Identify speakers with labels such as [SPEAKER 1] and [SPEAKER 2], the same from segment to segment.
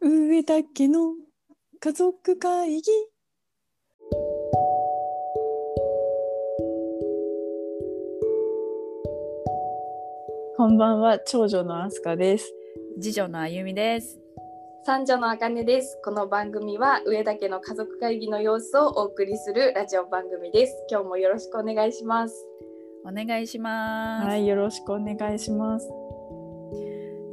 [SPEAKER 1] 上田家の家族会議こんばんは長女のあすかです
[SPEAKER 2] 次女のあゆみです。
[SPEAKER 3] 三女のあかねです。この番組は上田家の家族会議の様子をお送りするラジオ番組です。今日もよろしくお願いします。
[SPEAKER 2] お願いします。、
[SPEAKER 1] はいいよろしくお願いします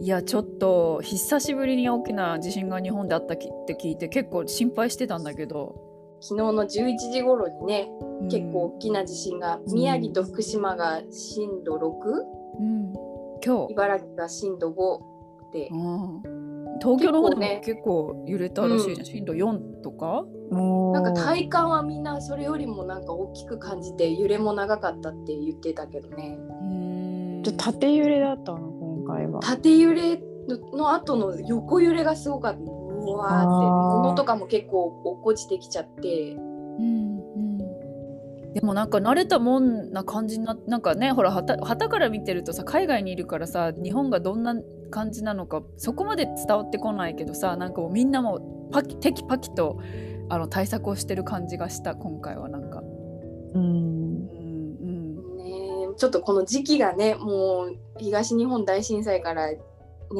[SPEAKER 2] やちょっと久しぶりに大きな地震が日本であったきって聞いて結構心配してたんだけど、
[SPEAKER 3] 昨日の11時頃にね、
[SPEAKER 2] うん
[SPEAKER 3] 結構大きな地震が宮城と福島が震度6、
[SPEAKER 2] うん、今日、
[SPEAKER 3] 茨城が震度5で、
[SPEAKER 2] うん、東京の方でも
[SPEAKER 3] 結構ね
[SPEAKER 2] 結構揺れたらしいじゃん、
[SPEAKER 3] うん
[SPEAKER 2] 震度4とか、
[SPEAKER 1] な
[SPEAKER 3] なんか体感はみんなそれよりもなんか大きく感じて揺れも長かったって言ってたけどね。
[SPEAKER 2] うん
[SPEAKER 1] ちょっと縦揺れだったの今回は
[SPEAKER 3] 縦揺れのの後の横揺れがすごかった。うわーって
[SPEAKER 1] あー
[SPEAKER 3] 物とかも結構落っこちてきちゃって。
[SPEAKER 2] うんうんでもなんか慣れたもんな感じにななんかねほらはた旗から見てるとさ海外にいるからさ日本がどんな感じなのかそこまで伝わってこないけどさなんかもうみんなもパキテキパキとあの対策をしてる感じがした今回はなんか。
[SPEAKER 1] うん
[SPEAKER 2] うんうん
[SPEAKER 3] ねえちょっとこの時期がねもう東日本大震災から、ね、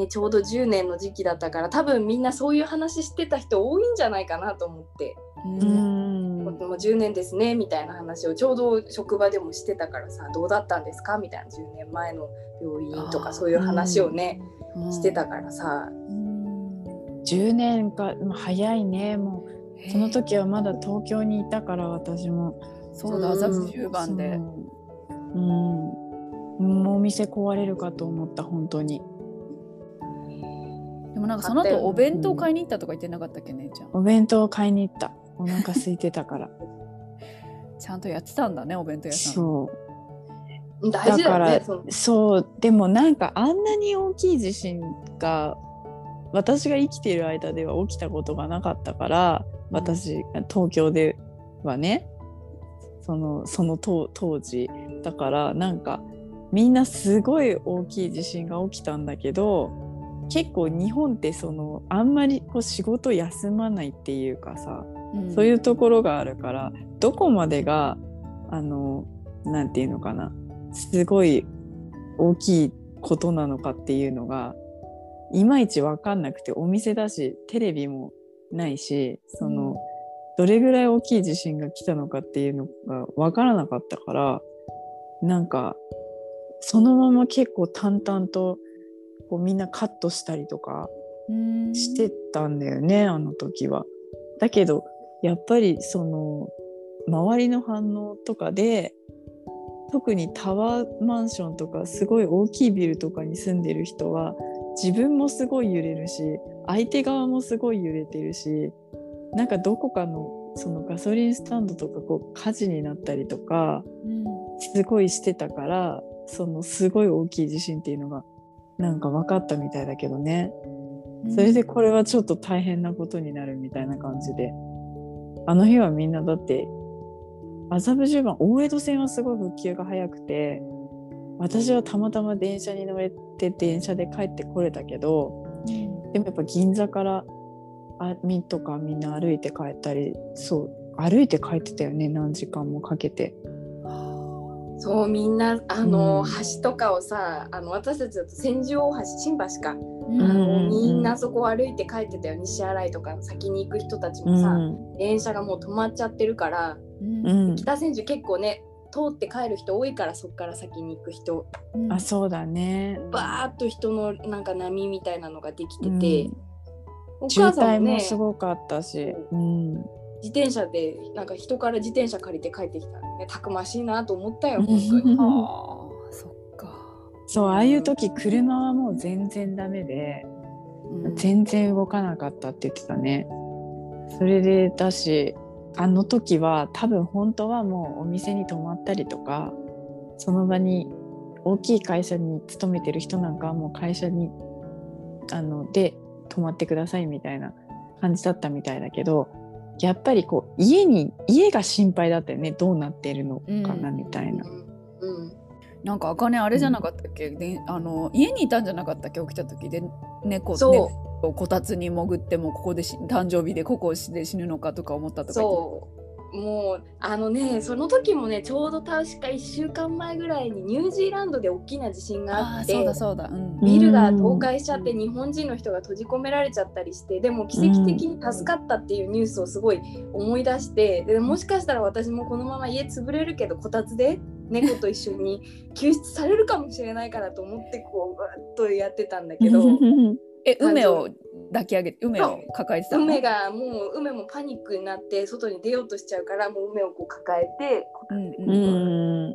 [SPEAKER 3] ちょうど10年の時期だったから多分みんなそういう話してた人多いんじゃないかなと思って、
[SPEAKER 1] う
[SPEAKER 2] うん
[SPEAKER 1] ん
[SPEAKER 3] もう10年ですねみたいな話をちょうど職場でもしてたからさどうだったんですかみたいな10年前の病院と
[SPEAKER 2] あー
[SPEAKER 3] かそういう話をね、
[SPEAKER 2] うん
[SPEAKER 3] してたからさ
[SPEAKER 2] うん
[SPEAKER 1] 10年かまあ早いねもうその
[SPEAKER 2] へ
[SPEAKER 1] 時はまだ東京にいたから私も
[SPEAKER 2] えそうだ麻布十番で
[SPEAKER 1] そううんもうお店壊れるかと思った本当に
[SPEAKER 2] でもなんかその
[SPEAKER 3] 買った
[SPEAKER 2] 後
[SPEAKER 3] よ
[SPEAKER 2] お弁当買いに行ったとか言ってなかったっけねちゃん
[SPEAKER 1] お弁当を買いに行ったお腹空いてた から
[SPEAKER 2] ちゃんとやってたんだねお弁当屋さん。
[SPEAKER 1] そ
[SPEAKER 3] 大事だよ
[SPEAKER 1] だ
[SPEAKER 3] ね
[SPEAKER 1] か
[SPEAKER 3] その
[SPEAKER 1] うそうでもなんかあんなに大きい地震が私が生きている間では起きたことがなかったから私東京ではねそのその当当時だからなんかみんなすごい大きい地震が起きたんだけど結構日本ってそのあんまりこう仕事休まないっていうかさ
[SPEAKER 2] うん
[SPEAKER 1] そういうところがあるからどこまでがあのなんていうのかなすごい大きいことなのかっていうのがいまいち分かんなくてお店だしテレビもないしその、
[SPEAKER 2] うん
[SPEAKER 1] どれぐらい大きい地震が来たのかっていうのが分からなかったからなんかそのまま結構淡々とこうみんなカットしたりとか。
[SPEAKER 2] うん
[SPEAKER 1] してたんだよねあの時は。だけどやっぱりその周りの反応とかで特にタワーマンションとかすごい大きいビルとかに住んでる人は自分もすごい揺れるし相手側もすごい揺れてるしなんかどこかのそのガソリンスタンドとかこう火事になったりとか
[SPEAKER 2] うん
[SPEAKER 1] すごいしてたからそのすごい大きい地震っていうのがなんか分かったみたいだけどね。それでこれはちょっと大変なことになるみたいな感じであの日はみんなだって麻布十番大江戸線はすごい復旧が早くて私はたまたま電車に乗れて電車で帰ってこれたけどでもやっぱ銀座からあみとかみんな歩いて帰ったりそう歩いて帰ってたよね何時間もかけて。
[SPEAKER 3] そうみんなあの、
[SPEAKER 1] うん
[SPEAKER 3] 橋とかをさあの私たちだと千住大橋新橋か
[SPEAKER 2] うん
[SPEAKER 1] う
[SPEAKER 3] あ
[SPEAKER 1] ん
[SPEAKER 3] のみんなそこを歩いて帰ってたよ西新井とか先に行く人たちもさ、電車がもう止まっちゃってるから
[SPEAKER 2] うん
[SPEAKER 1] うん、
[SPEAKER 3] 北千住結構ね通って帰る人多いからそっから先に行く人
[SPEAKER 2] うん
[SPEAKER 1] あそうだね。
[SPEAKER 3] バーッと人のなんか波みたいなのができてて、
[SPEAKER 1] うん
[SPEAKER 3] お
[SPEAKER 1] 渋
[SPEAKER 3] 母さ
[SPEAKER 1] 滞
[SPEAKER 3] んもね
[SPEAKER 1] もすごかったし。うん
[SPEAKER 3] 自転車でなんか人から自転車借りて帰ってきたのねたくましいなと思ったよ
[SPEAKER 1] うん
[SPEAKER 3] 本当に。
[SPEAKER 2] あーそっか、
[SPEAKER 1] そうああいう時車はもう全然ダメで
[SPEAKER 2] うん
[SPEAKER 1] 全然動かなかったって言ってたねそれでだしあの時は多分本当はもうお店に泊まったりとかその場に大きい会社に勤めてる人なんかはもう会社にあので泊まってくださいみたいな感じだったみたいだけどやっぱりこう家に家が心配だったよねどうなってるのかな
[SPEAKER 2] う ん
[SPEAKER 1] みたいな、
[SPEAKER 3] うん
[SPEAKER 2] なんかあかねあれじゃなかったっけ、であの家にいたんじゃなかったっけ起きた時で
[SPEAKER 3] う
[SPEAKER 2] 猫
[SPEAKER 3] ん、そう
[SPEAKER 2] ねこたつに潜ってもここでし誕生日でここで死ぬのかとか思ったとか言って
[SPEAKER 3] そうもうあのねその時もねちょうど確か1週間前ぐらいにニュージーランドで大きな地震があ
[SPEAKER 2] あー
[SPEAKER 3] っ
[SPEAKER 2] そう
[SPEAKER 3] て
[SPEAKER 2] だそうだうん
[SPEAKER 1] うん
[SPEAKER 3] ビルが倒壊しちゃって日本人の人が閉じ込められちゃったりしてでも奇跡的に助かったっていうニュースをすごい思い出してでもしかしたら私もこのまま家潰れるけどこたつで猫と一緒に救出されるかもしれないからと思ってこうわーっとやってたんだ けど
[SPEAKER 2] え
[SPEAKER 3] 誕生
[SPEAKER 2] 梅を抱き上げて梅を抱えてたの
[SPEAKER 3] 梅がもう梅もパニックになって外に出ようとしちゃうからもう梅をこう抱えてこ
[SPEAKER 2] う
[SPEAKER 3] た
[SPEAKER 2] ん
[SPEAKER 3] つ
[SPEAKER 1] う
[SPEAKER 2] うん
[SPEAKER 1] ん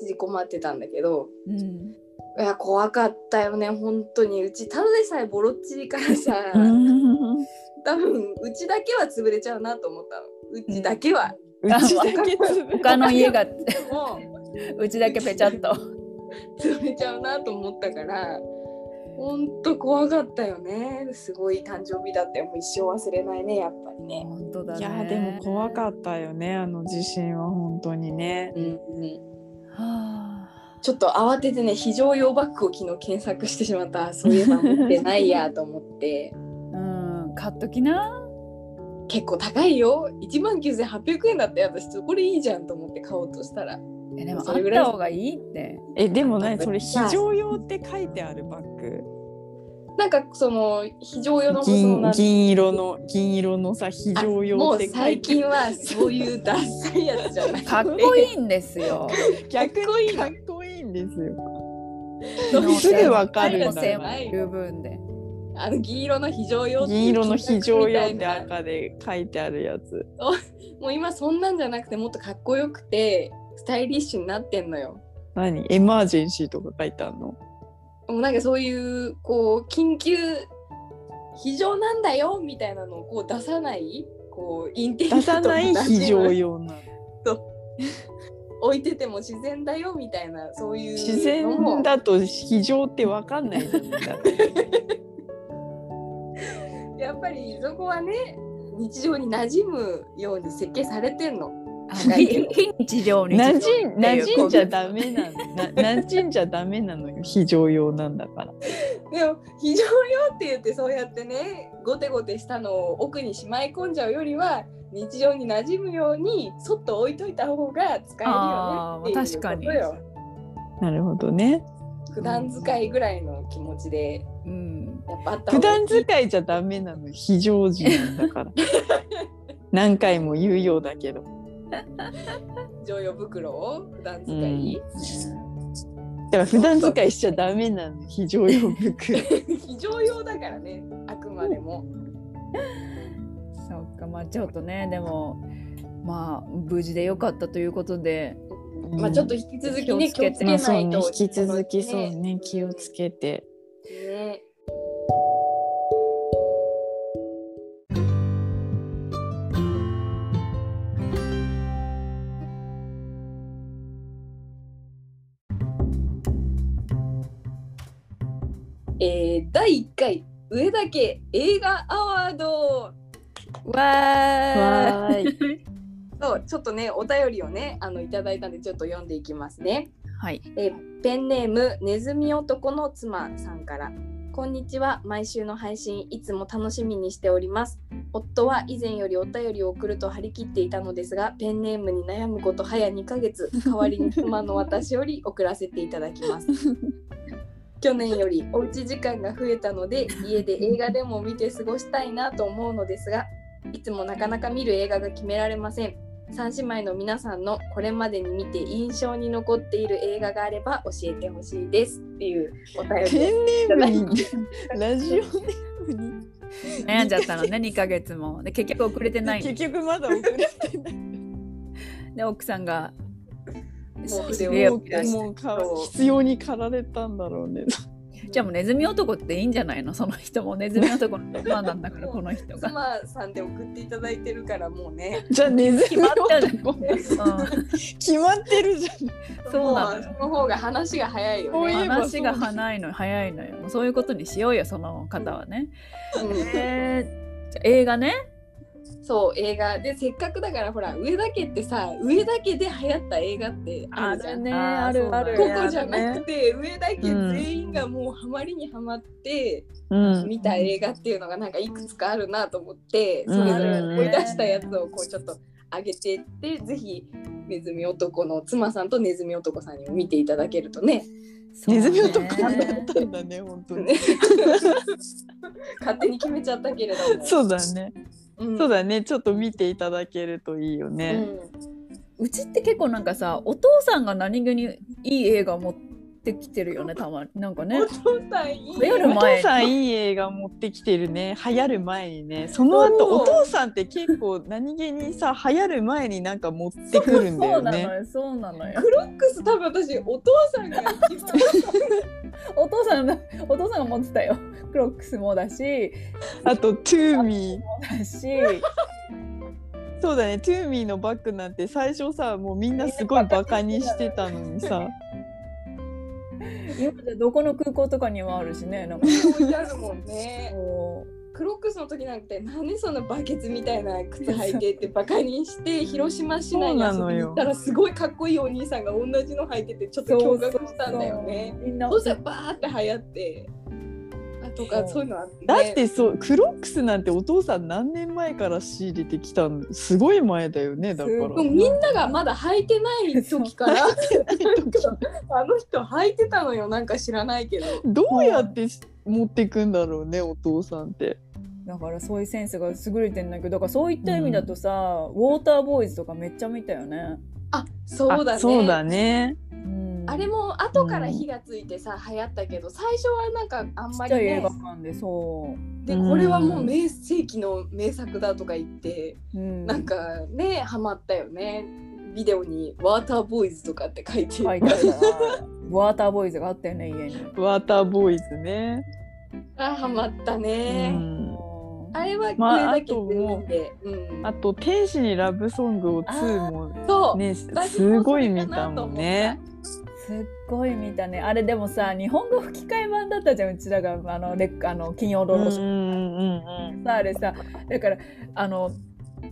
[SPEAKER 3] 縮こまってたんだけど。
[SPEAKER 2] うん
[SPEAKER 3] いや怖かったよね本当にうちただでさえボロっちりからさ
[SPEAKER 1] うん
[SPEAKER 3] 多分うちだけは潰れちゃうなと思ったのうちだけは、
[SPEAKER 1] うちだけ潰れ
[SPEAKER 2] 他の家が
[SPEAKER 3] も
[SPEAKER 2] うちだけぺちゃっと
[SPEAKER 3] う潰れちゃうなと思ったから本当怖かったよねすごい誕生日だったよもう一生忘れないねやっぱりね、
[SPEAKER 2] 本当だね
[SPEAKER 1] いやでも怖かったよねあの地震は本当にね。
[SPEAKER 3] うん、
[SPEAKER 2] はあ
[SPEAKER 3] ちょっと慌ててね非常用バッグを昨日検索してし まったそういえば持ってないやと思って
[SPEAKER 2] うん買っときな
[SPEAKER 3] 結構高いよ1万9800円だったよ私これいいじゃんと思って買おうとしたら
[SPEAKER 2] えでもあ
[SPEAKER 3] そ
[SPEAKER 2] っ
[SPEAKER 3] れぐらい
[SPEAKER 2] た方がいいって
[SPEAKER 1] えでも何それ非常用って書いてあるバッグ。
[SPEAKER 3] なんかその非常用のその
[SPEAKER 1] 銀
[SPEAKER 3] なんて
[SPEAKER 1] 銀色の銀色のさ非常用っ
[SPEAKER 3] もう
[SPEAKER 1] て書い
[SPEAKER 3] 最
[SPEAKER 1] て
[SPEAKER 3] 近はそういうダサいやつじゃない
[SPEAKER 2] かっこいいんです よ
[SPEAKER 1] 逆にかっこいいんですよ。
[SPEAKER 2] 機能
[SPEAKER 1] す
[SPEAKER 2] 性
[SPEAKER 1] ぐ
[SPEAKER 2] も
[SPEAKER 1] わかるんだ
[SPEAKER 2] 機能性も十分で
[SPEAKER 3] あの銀色の非常用っていう
[SPEAKER 1] 銀色の非常用っ
[SPEAKER 3] み
[SPEAKER 1] て
[SPEAKER 3] たいな
[SPEAKER 1] 赤で書いてあるやつ。
[SPEAKER 3] もう今そんなんじゃなくてもっとかっこよくてスタイリッシュになってんのよ
[SPEAKER 1] 何エマージェンシーとか書いてあるの
[SPEAKER 3] もうなんかそういうこう緊急非常なんだよみたいなのをこう出さないこうインテリア
[SPEAKER 1] 出さない
[SPEAKER 3] と同じ
[SPEAKER 1] 非常用なの。
[SPEAKER 3] 置いてても自然だよみたいなそういう
[SPEAKER 1] 自
[SPEAKER 3] のも
[SPEAKER 1] 然だと非常ってわかんないじゃん。だって
[SPEAKER 3] やっぱりそこはね日常に馴染むように設計されてんの
[SPEAKER 2] あ 非非日常に
[SPEAKER 1] 馴染ん馴染んじゃダ
[SPEAKER 2] メ
[SPEAKER 1] メなの。な馴染んじゃダメなのよ非常用なんだから。
[SPEAKER 3] でも非常用って言ってそうやってねゴテゴテしたのを奥にしまい込んじゃうよりは日常に馴染むようにそっと置いといた方が使えるよねって
[SPEAKER 2] あー
[SPEAKER 3] いう
[SPEAKER 2] 確
[SPEAKER 3] こ
[SPEAKER 2] か
[SPEAKER 3] と
[SPEAKER 2] に
[SPEAKER 3] よ。
[SPEAKER 1] なるほどね。
[SPEAKER 3] 普段使いぐらいの気持ちで
[SPEAKER 2] うん
[SPEAKER 3] やっぱあった
[SPEAKER 1] 普
[SPEAKER 3] 方が
[SPEAKER 1] 段使いじゃダメなのよ非常時なんだから。何回も言うようだけど。
[SPEAKER 3] 非常用袋を普段使い、
[SPEAKER 1] だから普段使いしちゃダメなの非常用袋。
[SPEAKER 3] 非常用だからねあくまでも。
[SPEAKER 2] そっかまあちょっとねでもまあ無事でよかったということで
[SPEAKER 1] ん
[SPEAKER 3] まあちょっと引き続きね
[SPEAKER 2] 気
[SPEAKER 3] 気
[SPEAKER 2] を
[SPEAKER 3] を
[SPEAKER 2] つけて
[SPEAKER 3] つけ
[SPEAKER 1] ま
[SPEAKER 3] な
[SPEAKER 1] あ
[SPEAKER 3] いと、
[SPEAKER 1] そうね引き続きそうね気をつけ
[SPEAKER 3] け
[SPEAKER 1] て。
[SPEAKER 3] ねえー、第1回上田家映画アワード
[SPEAKER 2] わー
[SPEAKER 1] わーい。
[SPEAKER 3] そうちょっとねお便りをねあのいただいたんでちょっと読んでいきますね。
[SPEAKER 2] はい
[SPEAKER 3] えーペンネームネズミ男の妻さんからこんにちは毎週の配信いつも楽しみにしております夫は以前よりお便りを送ると張り切っていたのですがペンネームに悩むこと早2ヶ月代わりに妻の私より送らせていただ きます去年よりおうち時間が増えたので家で映画でも見て過ごしたいなと思うのですがいつもなかなか見る映画が決められません三姉妹の皆さんのこれまでに見て印象に残っている映画があれば教えてほしいですっていうお便
[SPEAKER 1] ペ
[SPEAKER 3] り
[SPEAKER 1] ンネームにラジオネームに。
[SPEAKER 2] 悩んじゃったのね2ヶ月もで結局遅れてない
[SPEAKER 1] 結局まだ遅れてない。
[SPEAKER 2] で奥さんが
[SPEAKER 3] もう
[SPEAKER 2] し
[SPEAKER 3] で
[SPEAKER 2] 家を
[SPEAKER 1] も
[SPEAKER 2] 切ら
[SPEAKER 1] う
[SPEAKER 2] して
[SPEAKER 1] もうか必要に駆られたんだろうね。
[SPEAKER 2] じゃあもうネズミ男っていいんじゃないのその人もネズミ男の妻なんだからこの人 が。
[SPEAKER 3] 妻さんで送っていただいてるからもうね
[SPEAKER 1] じゃあネズ
[SPEAKER 2] 決
[SPEAKER 1] ミ
[SPEAKER 2] まったじゃん、
[SPEAKER 1] 男
[SPEAKER 2] うん、
[SPEAKER 1] 決まってるじゃん。
[SPEAKER 2] そうなのよ
[SPEAKER 3] もその方が話が早いよ
[SPEAKER 1] そうい
[SPEAKER 3] ね。
[SPEAKER 1] えば
[SPEAKER 2] 話が早いのよ早いのよもうそういうことにしようよその方はね。
[SPEAKER 3] うん
[SPEAKER 2] えーじゃあ映画ね
[SPEAKER 3] そう映画でせっかくだからほら上田家ってさ上田家で流行った映画ってあるじゃん。
[SPEAKER 2] ね
[SPEAKER 1] あー
[SPEAKER 2] あ
[SPEAKER 1] そう
[SPEAKER 2] る
[SPEAKER 1] だ
[SPEAKER 2] あ
[SPEAKER 1] ね
[SPEAKER 2] る
[SPEAKER 3] ここじゃなくて上田家
[SPEAKER 1] うん
[SPEAKER 3] 全員がもうハマりにハマって
[SPEAKER 1] うん
[SPEAKER 3] 見た映画っていうのがなんかいくつかあるなと思って
[SPEAKER 1] うん
[SPEAKER 3] それぞれ思い出したやつをこうちょっと上げてってぜひネズミ男の妻さんとネズミ男さんにも見ていただけるとね
[SPEAKER 2] そう
[SPEAKER 1] ネ
[SPEAKER 2] ね
[SPEAKER 1] ズミ男なんだったんだね本当に
[SPEAKER 3] ね 勝手に決めちゃったけれども
[SPEAKER 1] そうだね
[SPEAKER 3] うん
[SPEAKER 1] そうだねちょっと見ていただけるといいよ
[SPEAKER 3] う
[SPEAKER 1] ね、
[SPEAKER 3] ん
[SPEAKER 2] うちって結構なんかさお父さんが何気にいい映画持ってきてるよねたまになんかね
[SPEAKER 3] お父さんいい
[SPEAKER 2] ベ
[SPEAKER 3] よ
[SPEAKER 2] ル
[SPEAKER 1] お
[SPEAKER 2] も前
[SPEAKER 1] 父さんいい映画持ってきてるね流行る前にねその後
[SPEAKER 3] そう
[SPEAKER 1] お父さんって結構何気にさ流行る前になんか持ってくるんだ
[SPEAKER 2] そ
[SPEAKER 1] よ
[SPEAKER 2] うなの
[SPEAKER 1] ね
[SPEAKER 2] よそうなのよ
[SPEAKER 3] クロックス多分私お父さんが一番
[SPEAKER 2] お父さんのお父さんが持ってたよクロックスもだし
[SPEAKER 1] あとトゥーミ
[SPEAKER 2] だし
[SPEAKER 1] ーそうだねトゥーミーのバッグなんて最初さもうみんなすごいバカにしてたのにさ
[SPEAKER 2] 今じゃどこの空港とかにもあるしねなんか
[SPEAKER 3] 置いてあるもんね
[SPEAKER 2] こ
[SPEAKER 3] クロックスの時なんて何そのバケツみたいな靴履いてってバカにして広島市内に遊びに行ったらすごいかっこいいお兄さんが同じの履いててちょっと驚愕したんだよね
[SPEAKER 2] うみんな
[SPEAKER 3] どうしたらバーって流行ってあとかそういうのあってね、
[SPEAKER 1] だってそうクロックスなんてお父さん何年前から仕入れてきたんすごい前だよねだから
[SPEAKER 2] すご
[SPEAKER 3] もう みんながまだ履いてない時からあの人履いてたのよなんか知らないけど
[SPEAKER 1] どうやって持ってくんだろうねお父さんって。
[SPEAKER 2] だからそういうセンスが優れてんだけどだからそういった意味だとさ、ウォーターボーイズとかめっちゃ見たよね。
[SPEAKER 3] あそうだね
[SPEAKER 1] あそうだね
[SPEAKER 2] うん、
[SPEAKER 3] あれも後から火がついてさ、流行ったけど最初はなんかあん
[SPEAKER 2] ち
[SPEAKER 3] ま
[SPEAKER 2] っち
[SPEAKER 3] り
[SPEAKER 2] ゃい映
[SPEAKER 3] ね
[SPEAKER 2] 画館でそ
[SPEAKER 3] で
[SPEAKER 1] うん
[SPEAKER 3] これはもう名世紀の名作だとか言って、
[SPEAKER 2] う。うん、
[SPEAKER 3] なんかねハマったよねビデオに「ワーターボーイズ」とかって書いて
[SPEAKER 2] 書いてあるからワーターボーイズがあったよね家に。
[SPEAKER 1] ワーターボーイズね。
[SPEAKER 3] あハマった
[SPEAKER 1] う
[SPEAKER 3] ね、
[SPEAKER 1] ん、
[SPEAKER 3] あれは
[SPEAKER 1] まあ
[SPEAKER 3] 上だけ全員で、うん
[SPEAKER 1] あと「天使にラブソングを2」も
[SPEAKER 3] そう、
[SPEAKER 1] ね
[SPEAKER 3] 私も
[SPEAKER 1] すごい見たもんね。
[SPEAKER 2] すっごい見たねあれでもさ日本語吹き替え版だったじゃんうちらがあのレあの金曜
[SPEAKER 1] う
[SPEAKER 2] ロー
[SPEAKER 1] ん
[SPEAKER 2] ド
[SPEAKER 1] う
[SPEAKER 2] ショー
[SPEAKER 1] んうん
[SPEAKER 2] さあれさだからあの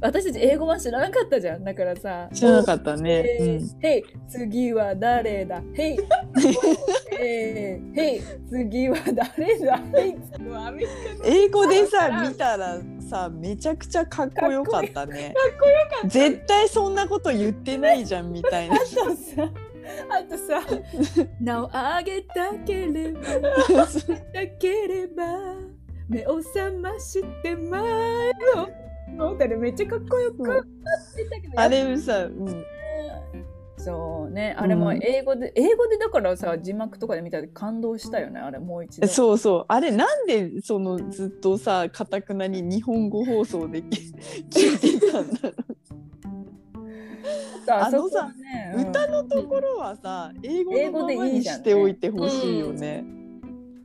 [SPEAKER 2] 私たち英語版知らなかったじゃんだからさ
[SPEAKER 1] うん。知らなかったね。
[SPEAKER 2] へ
[SPEAKER 1] う
[SPEAKER 2] い
[SPEAKER 1] ん、
[SPEAKER 2] へい次は誰だ へいへいへい次は誰だへい
[SPEAKER 3] もうアメリカの
[SPEAKER 1] 英語でさ見たらさめちゃくちゃかっこよかったね。
[SPEAKER 3] かっこよかっ
[SPEAKER 1] 絶対そんなこと言ってないじゃんみたいな
[SPEAKER 2] あ。とさあとさ「名をあげたければなければ目を覚まして前を」もうだめっちゃかっこよく歌ってたけど
[SPEAKER 1] あれさ、うん、
[SPEAKER 2] そうねあれも英語で、英語でだからさ字幕とかで見たら感動したよねあれもう一度
[SPEAKER 1] そうそうあれなんでそのずっとさかたくなに日本語放送で 聞いてたんだろ
[SPEAKER 2] さ
[SPEAKER 1] あのさ
[SPEAKER 2] そこね
[SPEAKER 1] う、歌のところはさ英語のままにしておいてほしいよね。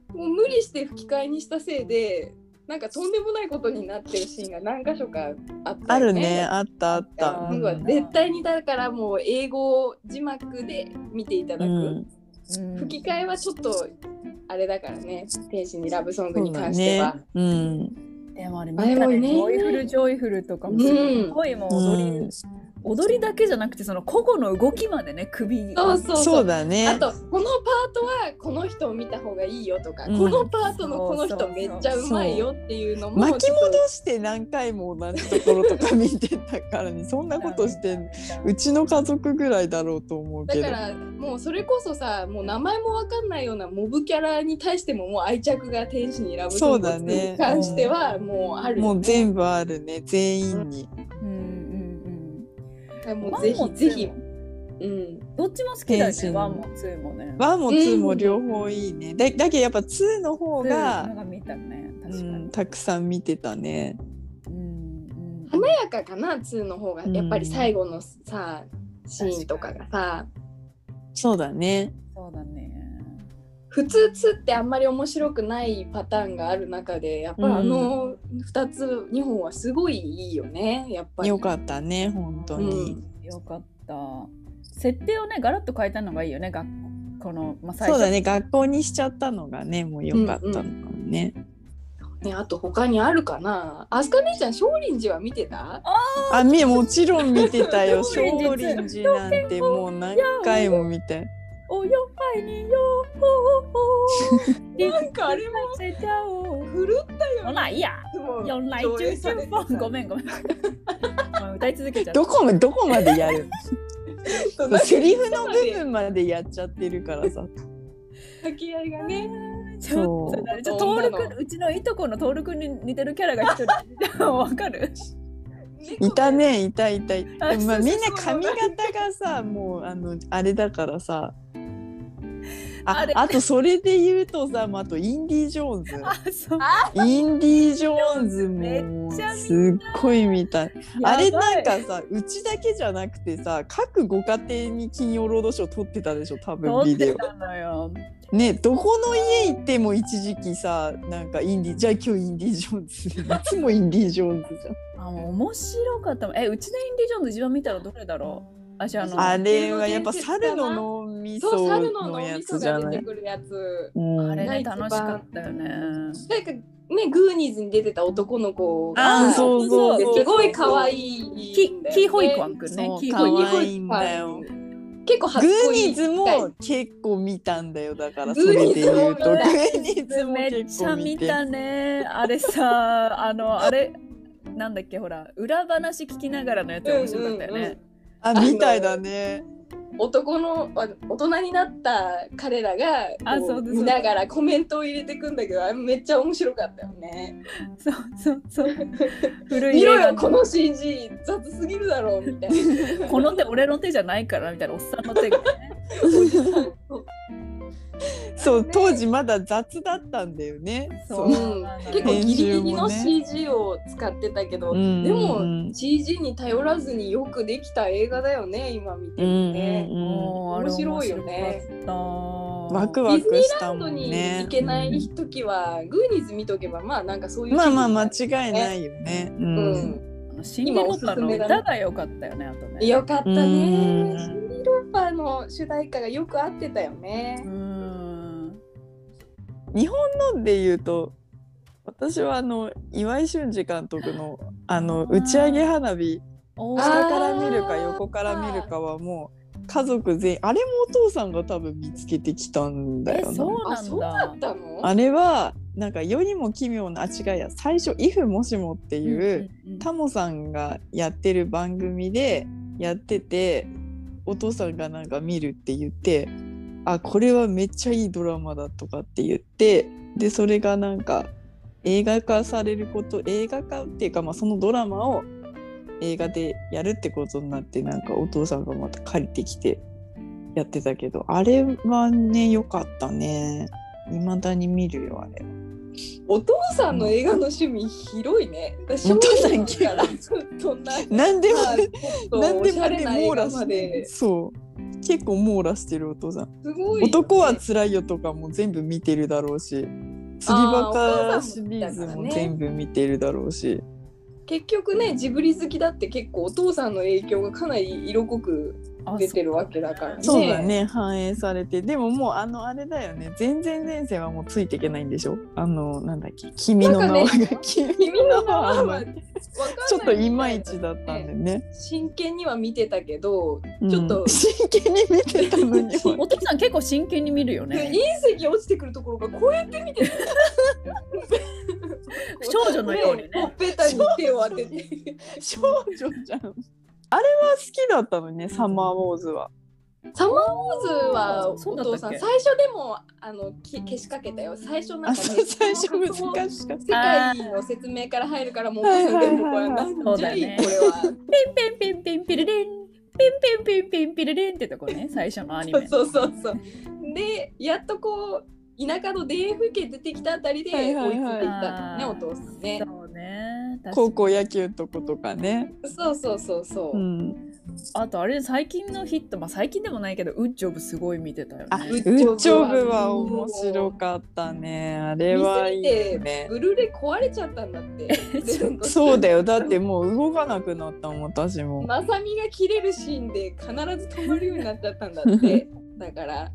[SPEAKER 3] たもう無理して吹き替えにしたせいでなんかとんでもないことになってるシーンが何箇所かあった
[SPEAKER 1] あ
[SPEAKER 3] よ
[SPEAKER 1] るねあったあった。う
[SPEAKER 2] あー
[SPEAKER 3] 僕
[SPEAKER 1] ん
[SPEAKER 3] は絶対にだからもう英語字幕で見ていただ
[SPEAKER 1] う
[SPEAKER 3] く、
[SPEAKER 1] ん
[SPEAKER 2] うん
[SPEAKER 3] 吹き替えはちょっとあれだからね天使にラブソング
[SPEAKER 1] そ
[SPEAKER 3] に
[SPEAKER 1] うだ
[SPEAKER 3] 関して
[SPEAKER 1] ね
[SPEAKER 3] は、。
[SPEAKER 1] うん、
[SPEAKER 2] でもあれ見
[SPEAKER 3] あれ
[SPEAKER 2] た
[SPEAKER 3] も
[SPEAKER 2] ね
[SPEAKER 3] ね
[SPEAKER 2] ジョイフルジョイフルとかもすごいもう踊り、
[SPEAKER 1] うん
[SPEAKER 2] 踊りだけじゃなくてその個々の動きまでね首
[SPEAKER 3] そうそうそう
[SPEAKER 1] そうだね。
[SPEAKER 3] あとこのパートはこの人を見た方がいいよとか、
[SPEAKER 1] うん
[SPEAKER 3] このパートのこ
[SPEAKER 2] そ
[SPEAKER 3] の
[SPEAKER 2] うそ
[SPEAKER 3] 人
[SPEAKER 2] うそう
[SPEAKER 3] めっちゃうまいよっていうのも
[SPEAKER 1] 巻き
[SPEAKER 3] ちょっと
[SPEAKER 1] 戻して何回も同じところとか見てたからに、そんなことしてんうちの家族ぐらいだろうと思うけ
[SPEAKER 3] だ
[SPEAKER 1] ど。
[SPEAKER 3] からもうそれこそさもう名前もわかんないようなモブキャラに対してももう愛着が天使にラブソング
[SPEAKER 1] そうだね
[SPEAKER 3] に関してはもうある
[SPEAKER 1] も
[SPEAKER 3] よ
[SPEAKER 1] う全部あるね全員に。
[SPEAKER 2] うんうんうん
[SPEAKER 3] も
[SPEAKER 2] ワン
[SPEAKER 3] うぜひ
[SPEAKER 2] も
[SPEAKER 3] ぜ
[SPEAKER 2] ツー
[SPEAKER 3] ひ
[SPEAKER 2] も
[SPEAKER 3] うん
[SPEAKER 2] どっちも好きだよ
[SPEAKER 1] 天使
[SPEAKER 2] ね
[SPEAKER 1] の
[SPEAKER 2] ワンもツーもね
[SPEAKER 1] ワンもツーも両方いいね。だだけどやっぱツーの方
[SPEAKER 2] ツー
[SPEAKER 1] が
[SPEAKER 2] の、が見たね確
[SPEAKER 1] う
[SPEAKER 2] かに、
[SPEAKER 1] ん、たくさん見てたね。
[SPEAKER 2] うんうん
[SPEAKER 3] 華やかかな2の方がやっぱり最後のさ、シーンとかがさ
[SPEAKER 1] そうだね。
[SPEAKER 2] そうだね
[SPEAKER 3] 普通2ってあんまり面白くないパターンがある中でやっぱりあの2つ、2本はすごいいいよねやっぱり。
[SPEAKER 1] よかったね本当に。
[SPEAKER 2] よかった設定をねガラッと変えたのがいいよね学この、まあ、最
[SPEAKER 1] そう
[SPEAKER 2] 初
[SPEAKER 1] だね学校にしちゃったのがねもうよかったのかもね。
[SPEAKER 3] そうね、あと他にあるかなあすか姉ちゃん松林寺は見てた
[SPEAKER 1] あみもちろん見てた よ少
[SPEAKER 2] 少林寺
[SPEAKER 1] 林寺なんてもう何回も見て
[SPEAKER 2] およぱいによほほ。
[SPEAKER 3] なんかあれも
[SPEAKER 2] せちゃおう。
[SPEAKER 3] 狂った
[SPEAKER 2] ほら、いや。
[SPEAKER 3] もん
[SPEAKER 2] 四来
[SPEAKER 3] 上映
[SPEAKER 2] 中
[SPEAKER 3] され
[SPEAKER 2] 三
[SPEAKER 3] て
[SPEAKER 2] 本。
[SPEAKER 3] た
[SPEAKER 2] ごめんご めん。まあ歌い続けちゃった
[SPEAKER 1] ど。こまどこまでや る
[SPEAKER 3] そうなんか
[SPEAKER 1] セリフの部分までやっちゃってるからさ
[SPEAKER 3] 掛け合いがね
[SPEAKER 2] ちょっと誰、ちょっとトールくんうちのいとこのトールくんに似てるキャラが 一人。わかる。
[SPEAKER 1] いたねいたいたでも
[SPEAKER 2] あ
[SPEAKER 1] まあ
[SPEAKER 2] そうそうそう
[SPEAKER 1] みんな髪型がさもうあのあれだからさ
[SPEAKER 2] あ
[SPEAKER 1] あ
[SPEAKER 2] れ
[SPEAKER 1] あとそれで言うとさもうあとインディ・ジョーンズ
[SPEAKER 2] あ、そう。
[SPEAKER 1] インディ・ジョーンズ
[SPEAKER 2] めっ
[SPEAKER 1] も
[SPEAKER 2] ちゃ見た
[SPEAKER 1] すっごい見たいあれ
[SPEAKER 2] やばい
[SPEAKER 1] なん。かさうちだけじゃなくてさ各ご家庭に金曜ロードショー撮ってたでしょ多
[SPEAKER 2] 撮
[SPEAKER 1] 分ビ
[SPEAKER 2] っ
[SPEAKER 1] デ
[SPEAKER 2] て
[SPEAKER 1] オ
[SPEAKER 2] たのよ。
[SPEAKER 1] ねどこの家行っても一時期さなんかインディじゃあ今日インディ・ジョーンズ いつもインディ・ジョーンズじゃん
[SPEAKER 2] あ、もう面白かったもん。え、うちのインディジョーンズ一番見たらどれだろう。あ、じゃあ、あの。
[SPEAKER 1] あれはやっぱ猿の脳み
[SPEAKER 3] そう
[SPEAKER 1] そ
[SPEAKER 3] 猿の脳
[SPEAKER 1] のや
[SPEAKER 3] みそ
[SPEAKER 1] つじゃ
[SPEAKER 3] が
[SPEAKER 1] な
[SPEAKER 3] 出て
[SPEAKER 1] い
[SPEAKER 3] くるやつ
[SPEAKER 1] うん
[SPEAKER 2] あれ
[SPEAKER 3] が
[SPEAKER 2] ね
[SPEAKER 3] 一番
[SPEAKER 2] 楽しかったよね。
[SPEAKER 3] なんかねグーニーズに出てた男の子
[SPEAKER 1] あ
[SPEAKER 3] が
[SPEAKER 1] ーそうそうそう
[SPEAKER 3] すごい可愛いんだよ
[SPEAKER 2] キ
[SPEAKER 3] ね
[SPEAKER 2] キーホイコアンくんね
[SPEAKER 1] そう。
[SPEAKER 2] キー
[SPEAKER 1] か
[SPEAKER 2] ホイコアン
[SPEAKER 1] わいいんだよ
[SPEAKER 3] 結構初
[SPEAKER 1] グー
[SPEAKER 3] 恋
[SPEAKER 1] ニーズも結構見たんだよだから
[SPEAKER 3] グ
[SPEAKER 1] そ
[SPEAKER 3] ーニ
[SPEAKER 1] れで
[SPEAKER 3] ーズも
[SPEAKER 1] 言う
[SPEAKER 3] 見
[SPEAKER 1] と
[SPEAKER 3] た
[SPEAKER 1] グーニーズも
[SPEAKER 2] めっ
[SPEAKER 1] 結
[SPEAKER 2] ちゃ
[SPEAKER 1] 構
[SPEAKER 2] 見
[SPEAKER 1] 見て
[SPEAKER 2] たね。あれさ、あの、あれ、なんだっけ、ほら、裏話聞きながらのやつ面白かったよね。
[SPEAKER 3] うんうんうん
[SPEAKER 1] あみたいだね
[SPEAKER 3] 男のあ大人になった彼らが
[SPEAKER 2] あ
[SPEAKER 3] こ
[SPEAKER 2] そうです
[SPEAKER 3] 見ながらコメントを入れてくんだけどあれめっちゃ面白かったよね。
[SPEAKER 2] そうそうそう。古い
[SPEAKER 3] 見
[SPEAKER 2] 映
[SPEAKER 3] ろ
[SPEAKER 2] 画
[SPEAKER 3] よ
[SPEAKER 2] の
[SPEAKER 3] この CG 雑すぎるだろうみたいな。
[SPEAKER 2] この手俺の手じゃないからみたいなおっさんの手が、ね、
[SPEAKER 1] そう当時まだ雑だったんだよね
[SPEAKER 2] そう
[SPEAKER 1] そう
[SPEAKER 3] うん結構ギリギリの CG を使ってたけど、
[SPEAKER 1] うん
[SPEAKER 3] で
[SPEAKER 1] う
[SPEAKER 3] も
[SPEAKER 1] ん
[SPEAKER 3] CG に頼らずによくできた映画だよね今見てるね。
[SPEAKER 1] うん
[SPEAKER 2] もうあれ
[SPEAKER 3] 面白いよね
[SPEAKER 2] 面白かった
[SPEAKER 1] ワク
[SPEAKER 3] ディ
[SPEAKER 1] ワ
[SPEAKER 3] ズニ
[SPEAKER 1] クし
[SPEAKER 3] ーラ
[SPEAKER 1] た
[SPEAKER 3] ン
[SPEAKER 1] も
[SPEAKER 3] ド
[SPEAKER 1] ん
[SPEAKER 3] に
[SPEAKER 1] ね
[SPEAKER 3] 行けない時はグーニーズ見とけばまあなんかそういう
[SPEAKER 1] まあまあ間
[SPEAKER 3] 気分
[SPEAKER 1] 違いないよねう
[SPEAKER 3] になるうんん
[SPEAKER 2] あのシンディ・ロッパーの歌が良かったよねあとね
[SPEAKER 3] よかったね。シ
[SPEAKER 1] うん
[SPEAKER 3] ンディ・ロッパーの主題歌がよく合ってたよね
[SPEAKER 2] う。ん
[SPEAKER 1] 日本ので言うと私はあの岩井俊二監督のあの打ち上げ花火
[SPEAKER 2] おー
[SPEAKER 1] 下から見るか横から見るかはもう家族全員あれもお父さんが多分見つけてきたんだ
[SPEAKER 2] え
[SPEAKER 1] よな
[SPEAKER 2] そう
[SPEAKER 3] あ、
[SPEAKER 2] な
[SPEAKER 3] そ
[SPEAKER 2] ん
[SPEAKER 3] うだ
[SPEAKER 2] だ
[SPEAKER 3] ったの
[SPEAKER 1] あれはなんか世にも奇妙なあ違いや最初「イフもしも」っていう、
[SPEAKER 2] うんうん
[SPEAKER 1] タモさんがやってる番組でやっててお父さんがなんか見るって言ってあこれはめっちゃいいドラマだとかって言ってでそれがなんか映画化されること映画化っていうか、まあ、そのドラマを映画でやるってことになってなんかお父さんがまた借りてきてやってたけどあれはね良かったね未だに見るよあれ
[SPEAKER 3] お父さんの映画の趣味広いね。お
[SPEAKER 1] お父さん
[SPEAKER 3] からそんな。
[SPEAKER 1] 何でも
[SPEAKER 3] まあちょっと
[SPEAKER 1] なん
[SPEAKER 3] お
[SPEAKER 1] で
[SPEAKER 3] しゃ
[SPEAKER 1] も
[SPEAKER 3] れ
[SPEAKER 1] ね
[SPEAKER 3] な映
[SPEAKER 1] 網羅
[SPEAKER 3] 画
[SPEAKER 1] し
[SPEAKER 3] ま
[SPEAKER 1] て
[SPEAKER 3] で。
[SPEAKER 1] そう結構網羅してるお父さん、
[SPEAKER 3] すごいよね。
[SPEAKER 1] 男は辛いよとかも全部見てるだろうし釣りバカシリーズも全部見てるだろうし、
[SPEAKER 3] 結局ね、ジブリ好きだって結構お父さんの影響がかなり色濃く
[SPEAKER 2] あ
[SPEAKER 3] 出てるわけだからね。
[SPEAKER 2] そ
[SPEAKER 1] そううだね反映されてでももうあのあれだよね全然前世はもうついていけないんでしょあのなんだっけ君の名は
[SPEAKER 3] なんかね
[SPEAKER 1] 君
[SPEAKER 3] 君
[SPEAKER 1] の
[SPEAKER 3] の
[SPEAKER 1] 名
[SPEAKER 3] 名
[SPEAKER 1] はあ
[SPEAKER 3] はわ
[SPEAKER 1] ん
[SPEAKER 3] か
[SPEAKER 1] ま
[SPEAKER 3] ん
[SPEAKER 1] り
[SPEAKER 3] ない
[SPEAKER 1] ちょっといまいちだったんでね、
[SPEAKER 3] 真剣には見てたけど、
[SPEAKER 1] うん
[SPEAKER 3] ちょっと
[SPEAKER 1] 真剣に見てたの に
[SPEAKER 2] そうお父さん結構真剣に見るよね
[SPEAKER 3] 隕石落ちてくるところがこうやって見 てる
[SPEAKER 2] 少女のようにね
[SPEAKER 3] ほっぺたに手を当てて
[SPEAKER 1] 少女じゃんあれは好きだったのにねサマーウォーズは
[SPEAKER 3] サマーウォーズはお
[SPEAKER 2] そうだったっ
[SPEAKER 3] 父
[SPEAKER 2] け
[SPEAKER 3] さん最初でもあのき消しかけたよ最初なん
[SPEAKER 1] あ
[SPEAKER 3] か
[SPEAKER 1] そ
[SPEAKER 3] ね
[SPEAKER 1] う最初難しかった
[SPEAKER 3] 世界の説明から入るからもう
[SPEAKER 1] はいはいはい
[SPEAKER 3] でもこれは
[SPEAKER 2] そ
[SPEAKER 3] 何
[SPEAKER 2] うだ
[SPEAKER 3] じゃい
[SPEAKER 2] ね
[SPEAKER 3] これは
[SPEAKER 2] ピンピンピンピンピルリンピンピンピンピンピルリンってとこ ね最初のアニメ
[SPEAKER 3] そうそうそうでやっとこう田舎の DFK 出てきたあたりで追
[SPEAKER 1] はい
[SPEAKER 3] つい
[SPEAKER 1] い
[SPEAKER 3] て
[SPEAKER 1] はいはい
[SPEAKER 3] いったんだね
[SPEAKER 2] あー
[SPEAKER 3] お父さんね
[SPEAKER 2] そうね確かに
[SPEAKER 1] 高校野球とことかね。。
[SPEAKER 3] そうそうそうそううん
[SPEAKER 2] あとあれ最近のヒットまあ最近でもないけどウッジョブすごい見てたよね
[SPEAKER 1] あ、ウ
[SPEAKER 3] ウッ
[SPEAKER 1] ッ
[SPEAKER 3] ジョ
[SPEAKER 1] ジョ
[SPEAKER 3] ブは
[SPEAKER 1] ブは面白かったね。あれはいいよね。
[SPEAKER 3] ブルーレイ壊れちゃったんだって全 部
[SPEAKER 1] そうだよ。だってもう動かなくなったもん、私も。
[SPEAKER 3] まさみが切れるシーンで必ず止まるようになっちゃったん だってだから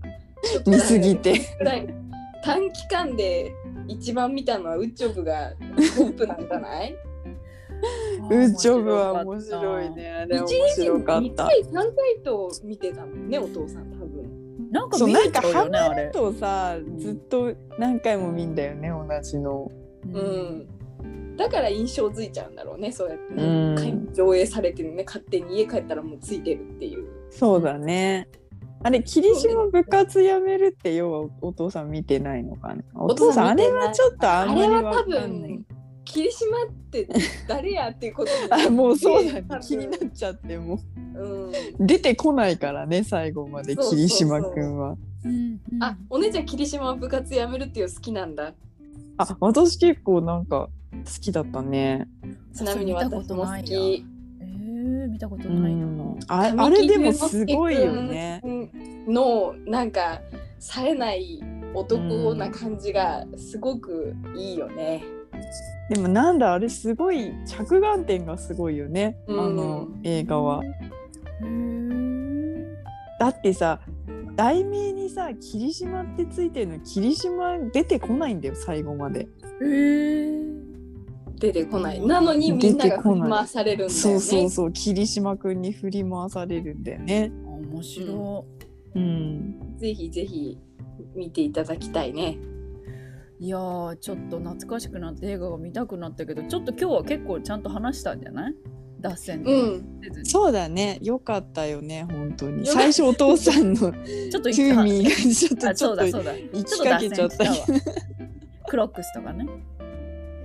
[SPEAKER 1] 見すぎて。
[SPEAKER 3] ぐらい短期間で一番見たのはウッチョブがトップなんじゃない
[SPEAKER 1] ウッジョブは面白 い。ね。あれ面白か
[SPEAKER 3] 一日に
[SPEAKER 1] っ
[SPEAKER 3] 2
[SPEAKER 1] た。
[SPEAKER 3] 回3回と見てたもんねお父さん多分
[SPEAKER 2] なんか
[SPEAKER 1] そう
[SPEAKER 2] 見
[SPEAKER 1] なん
[SPEAKER 2] れ
[SPEAKER 1] か
[SPEAKER 2] ちゃう
[SPEAKER 1] ハ
[SPEAKER 2] よね、あ
[SPEAKER 1] マ
[SPEAKER 2] れ
[SPEAKER 1] る。とさずっと何回も見んだよね同じの。
[SPEAKER 3] う。んだから印象づいちゃうんだろうねそうやって、
[SPEAKER 1] うん
[SPEAKER 3] 何回も上映されてるね勝手に家帰ったらもうついてるっていう
[SPEAKER 1] そうだね。あれ霧島部活やめるって要はお父さん見てないのかね。お父さんあ
[SPEAKER 3] 見
[SPEAKER 1] れ
[SPEAKER 3] てない
[SPEAKER 1] はちょっとあん
[SPEAKER 3] あ
[SPEAKER 1] まり
[SPEAKER 3] れは
[SPEAKER 1] わ
[SPEAKER 3] 多
[SPEAKER 1] かんない
[SPEAKER 3] 分。霧島って誰やっていうことになって
[SPEAKER 1] あもうそうだね
[SPEAKER 3] 多分
[SPEAKER 1] 気になっちゃってもう
[SPEAKER 3] うん
[SPEAKER 1] 出てこないからね最後まで
[SPEAKER 3] そうそうそう
[SPEAKER 1] 霧島くんは。
[SPEAKER 2] うんうん
[SPEAKER 3] あお姉ちゃん霧島部活やめるっていうの好きなんだ
[SPEAKER 1] あ私結構なんか好きだったね。
[SPEAKER 3] ちなみに
[SPEAKER 2] そう見た
[SPEAKER 3] 私
[SPEAKER 2] こと
[SPEAKER 3] も
[SPEAKER 2] な
[SPEAKER 3] 好
[SPEAKER 2] いな
[SPEAKER 3] き
[SPEAKER 2] えー、見たこと
[SPEAKER 1] う
[SPEAKER 2] ないな。
[SPEAKER 1] ん、ああれでもすごいよね。
[SPEAKER 3] 神木隆之介君のなんか冴えない男な感じがすごくいいよね。
[SPEAKER 1] でもなんだあれすごい着眼点がすごいよね、
[SPEAKER 3] うん
[SPEAKER 1] あの映画は。
[SPEAKER 2] うーん
[SPEAKER 1] だってさ題名にさ「霧島」ってついてるのに霧島出てこないんだよ最後まで。
[SPEAKER 2] えー、
[SPEAKER 3] 出てこない。なのにみんなが振り回されるんだよね。
[SPEAKER 1] そうそうそう霧島くんに振り回されるんだよね。
[SPEAKER 2] 面白
[SPEAKER 1] うん、
[SPEAKER 3] ぜひぜひ見ていただきたいね。
[SPEAKER 2] い。いやーちょっと懐かしくなって映画が見たくなったけどちょっと今日は結構ちゃんと話したんじゃない脱線
[SPEAKER 3] う
[SPEAKER 2] で、
[SPEAKER 3] ん。
[SPEAKER 2] せずに
[SPEAKER 1] そうだねよかったよね本当に
[SPEAKER 3] よか
[SPEAKER 1] 最
[SPEAKER 3] った
[SPEAKER 1] 初お父さんの
[SPEAKER 2] ちょっと
[SPEAKER 1] トゥーミーが
[SPEAKER 2] あ
[SPEAKER 1] ちょ
[SPEAKER 2] そ
[SPEAKER 1] っ
[SPEAKER 2] う
[SPEAKER 1] と
[SPEAKER 2] だ
[SPEAKER 1] ちょっと
[SPEAKER 2] そうだ
[SPEAKER 1] 行きかけちゃった
[SPEAKER 2] ちょっと脱線したわクロックスとかね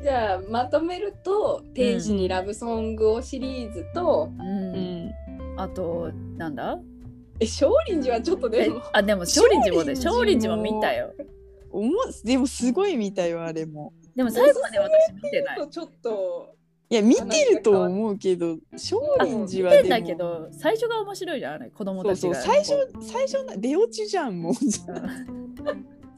[SPEAKER 3] じゃあまとめると「定時にラブソングを」シリーズと
[SPEAKER 2] う、
[SPEAKER 1] うんん
[SPEAKER 2] あとなんだ
[SPEAKER 3] 「え少林寺」はちょっとで
[SPEAKER 2] え
[SPEAKER 3] も
[SPEAKER 2] あでも少林寺もで
[SPEAKER 1] 少林寺も
[SPEAKER 2] 少林寺も見たよ
[SPEAKER 1] おもでもすごい見たよあれも。
[SPEAKER 2] でも最後まで私見てない
[SPEAKER 3] ちょっと
[SPEAKER 1] いや見てると思うけど少林寺はで
[SPEAKER 2] 見てん
[SPEAKER 1] も
[SPEAKER 2] だけど最初が面白いじゃんあれ子供
[SPEAKER 1] そう
[SPEAKER 2] たち
[SPEAKER 1] そう
[SPEAKER 2] が
[SPEAKER 1] 最初最初な出落ちじゃんもう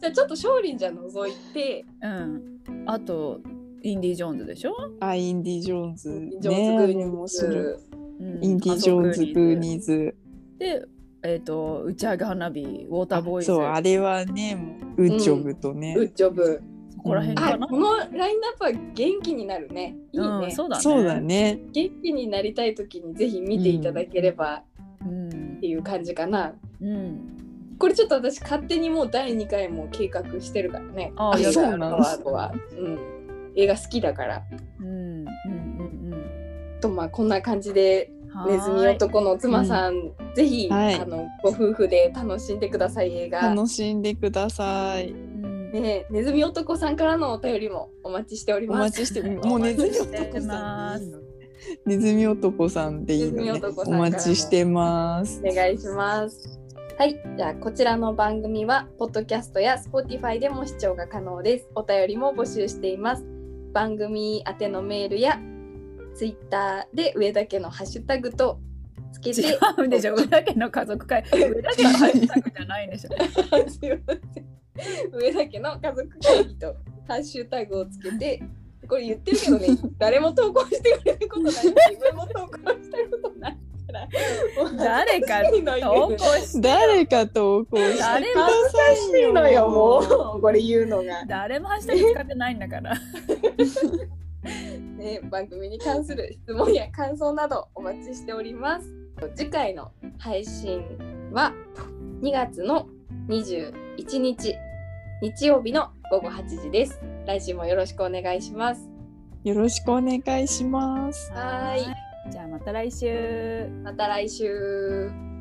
[SPEAKER 3] じゃあちょっと少林寺除いて
[SPEAKER 2] うんあとインディ・ジョーンズでしょ、
[SPEAKER 1] あインディ・ジョーンズ
[SPEAKER 3] 「ジョ
[SPEAKER 1] ね
[SPEAKER 3] ーンズ・グーニ
[SPEAKER 1] 面
[SPEAKER 3] ー
[SPEAKER 1] 白い
[SPEAKER 3] ズ」
[SPEAKER 2] うん
[SPEAKER 1] インディ・ジョーンズグーニーズ
[SPEAKER 2] で、えー、と打ち上げ花火ウォーターボーイズ
[SPEAKER 1] そうあれはねもうウッジョブとね、
[SPEAKER 3] ウッジョブ。
[SPEAKER 2] そこら辺
[SPEAKER 3] あ
[SPEAKER 2] かな、
[SPEAKER 3] このラインナップは元気になるね。いいね。
[SPEAKER 2] うん、そうだね
[SPEAKER 1] そうだね
[SPEAKER 3] 元気になりたい時にぜひ見ていただければ
[SPEAKER 2] うん
[SPEAKER 3] っていう感じかな。
[SPEAKER 2] うん
[SPEAKER 3] これちょっと私勝手にもう第2回も計画してるからね。
[SPEAKER 2] ああ
[SPEAKER 3] 夜
[SPEAKER 1] そうなんだ
[SPEAKER 3] あとは。うん。映画好きだから。
[SPEAKER 2] うんうんうん
[SPEAKER 3] とまあこんな感じで
[SPEAKER 2] うん
[SPEAKER 3] ネズミ
[SPEAKER 2] はーい
[SPEAKER 3] 男の妻さん、ぜひ、
[SPEAKER 1] はい
[SPEAKER 3] あのご夫婦で楽しんでください映画。
[SPEAKER 1] 楽しんでください
[SPEAKER 2] うん
[SPEAKER 3] ね、ネズミ男さんからのお便りもお待ちしており
[SPEAKER 1] お
[SPEAKER 3] ま
[SPEAKER 1] 待
[SPEAKER 3] す。
[SPEAKER 1] ちして
[SPEAKER 2] お待ち
[SPEAKER 1] もうネズミ
[SPEAKER 2] して
[SPEAKER 1] 男さ
[SPEAKER 2] ま
[SPEAKER 1] んで
[SPEAKER 2] す
[SPEAKER 1] いいのネズミ男さんでいいの
[SPEAKER 3] ネズミ
[SPEAKER 1] ね
[SPEAKER 3] 男さん
[SPEAKER 1] お
[SPEAKER 3] からも
[SPEAKER 1] 待ちしてます
[SPEAKER 3] お願いします。はい、じゃあこちらの番組はポッドキャストや Spotify でも視聴が可能です。お便りも募集しています。番組宛てのメールや Twitter で上だけのハッシュタグとつけて
[SPEAKER 2] 違うんでしょ上田家の家族会上田家のハッシュタグじゃないんでしょ
[SPEAKER 3] すいません上だけの家族会議とハッシュタグをつけてこれ言ってるけどね誰も投稿してくれることないし自分も投稿したことないから
[SPEAKER 2] 誰か
[SPEAKER 3] 恥 ずかしいの
[SPEAKER 2] 投
[SPEAKER 3] よ
[SPEAKER 2] 稿し
[SPEAKER 1] 誰か投稿してください
[SPEAKER 2] 誰
[SPEAKER 1] よ
[SPEAKER 2] も
[SPEAKER 3] 恥ずかしいのよもうこれ言うのが。
[SPEAKER 2] 誰もハッシュタグ使ってないんだから
[SPEAKER 3] ね、番組に関する質問や感想などお待ちしております。次回の配信は2月の21日日曜日の午後8時です。来週もよろしくお願いします。
[SPEAKER 1] よろしくお願いします
[SPEAKER 3] はーい
[SPEAKER 2] じゃあまた来週。
[SPEAKER 3] また来週。